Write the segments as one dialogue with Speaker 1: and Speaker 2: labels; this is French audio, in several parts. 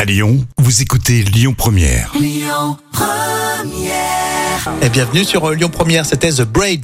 Speaker 1: À Lyon, vous écoutez Lyon Première.
Speaker 2: Et bienvenue sur euh, Lyon Première, c'était The Braids.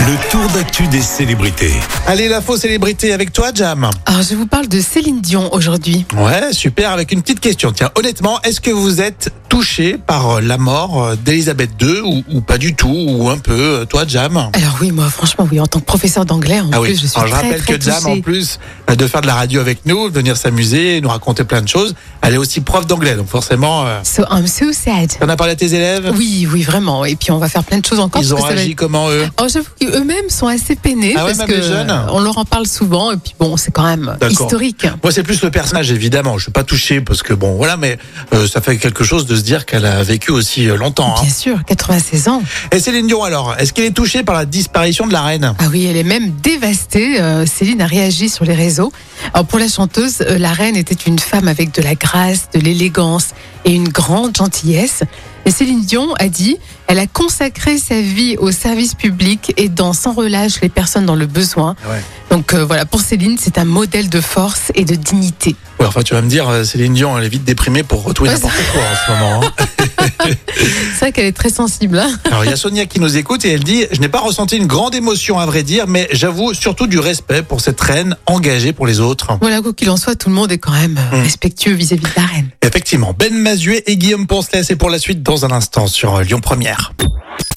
Speaker 1: Le tour d'actu des célébrités.
Speaker 2: Allez, la faux célébrité avec toi, Jam.
Speaker 3: Alors, je vous parle de Céline Dion aujourd'hui.
Speaker 2: Ouais, super, avec une petite question. Tiens, honnêtement, est-ce que vous êtes touché par euh, la mort euh, d'Elisabeth II ou, ou pas du tout, ou un peu, euh, toi, Jam
Speaker 3: Alors oui, moi, franchement, oui, en tant que professeur d'anglais, en
Speaker 2: ah
Speaker 3: plus,
Speaker 2: oui,
Speaker 3: je suis
Speaker 2: Alors, je
Speaker 3: très,
Speaker 2: rappelle
Speaker 3: très
Speaker 2: que Jam, en
Speaker 3: touchée.
Speaker 2: plus euh, de faire de la radio avec nous, de venir s'amuser, nous raconter plein de choses, elle est aussi prof d'anglais, donc forcément, euh,
Speaker 3: So I'm so sad.
Speaker 2: t'en as parlé à tes élèves
Speaker 3: Oui, oui, vraiment. Et puis, on va faire plein de choses encore.
Speaker 2: Ils ont
Speaker 3: parce que ça va
Speaker 2: réagi
Speaker 3: être-
Speaker 2: comment, eux
Speaker 3: Oh, j'avoue qu'eux-mêmes sont assez peinés
Speaker 2: Ah ouais,
Speaker 3: parce
Speaker 2: même
Speaker 3: que
Speaker 2: les jeunes
Speaker 3: euh, on leur en parle souvent. Et puis, bon, c'est quand même
Speaker 2: D'accord. Ah.
Speaker 3: historique.
Speaker 2: Moi, c'est plus le personnage, évidemment. Je suis pas touché parce que bon, voilà, mais euh, ça fait quelque chose de se dire qu'elle a vécu aussi euh, longtemps. hein.
Speaker 3: Bien sûr, 96 ans.
Speaker 2: Et Céline Dion, alors, est-ce qu'elle est touchée par la disparition de la reine
Speaker 3: Ah oui, elle est même dévastée. Euh, Céline a réagi sur les réseaux. Alors pour la chanteuse, euh, la reine était une femme avec de la grâce, de l'élégance et une grande gentillesse. Et Céline Dion a dit, elle a consacré sa vie au service public, aidant sans relâche les personnes dans le besoin.
Speaker 2: Ah Ouais.
Speaker 3: Donc euh, voilà, pour Céline, c'est un modèle de force et de dignité.
Speaker 2: Ouais, Enfin, tu vas me dire, euh, Céline Dion, elle est vite déprimée pour retrouver
Speaker 3: Ouais,
Speaker 2: n'importe quoi en ce moment. hein.
Speaker 3: C'est vrai qu'elle est très sensible. hein.
Speaker 2: Alors, il y a Sonia qui nous écoute et elle dit Je n'ai pas ressenti une grande émotion, à vrai dire, mais j'avoue surtout du respect pour cette reine engagée pour les autres.
Speaker 3: voilà, quoi qu'il en soit, tout le monde est quand même euh,
Speaker 2: Mm.
Speaker 3: respectueux vis-à-vis de la reine.
Speaker 2: Effectivement, Ben Mazuet et Guillaume Poncelet, c'est pour la suite dans un instant sur euh, Lyon Première.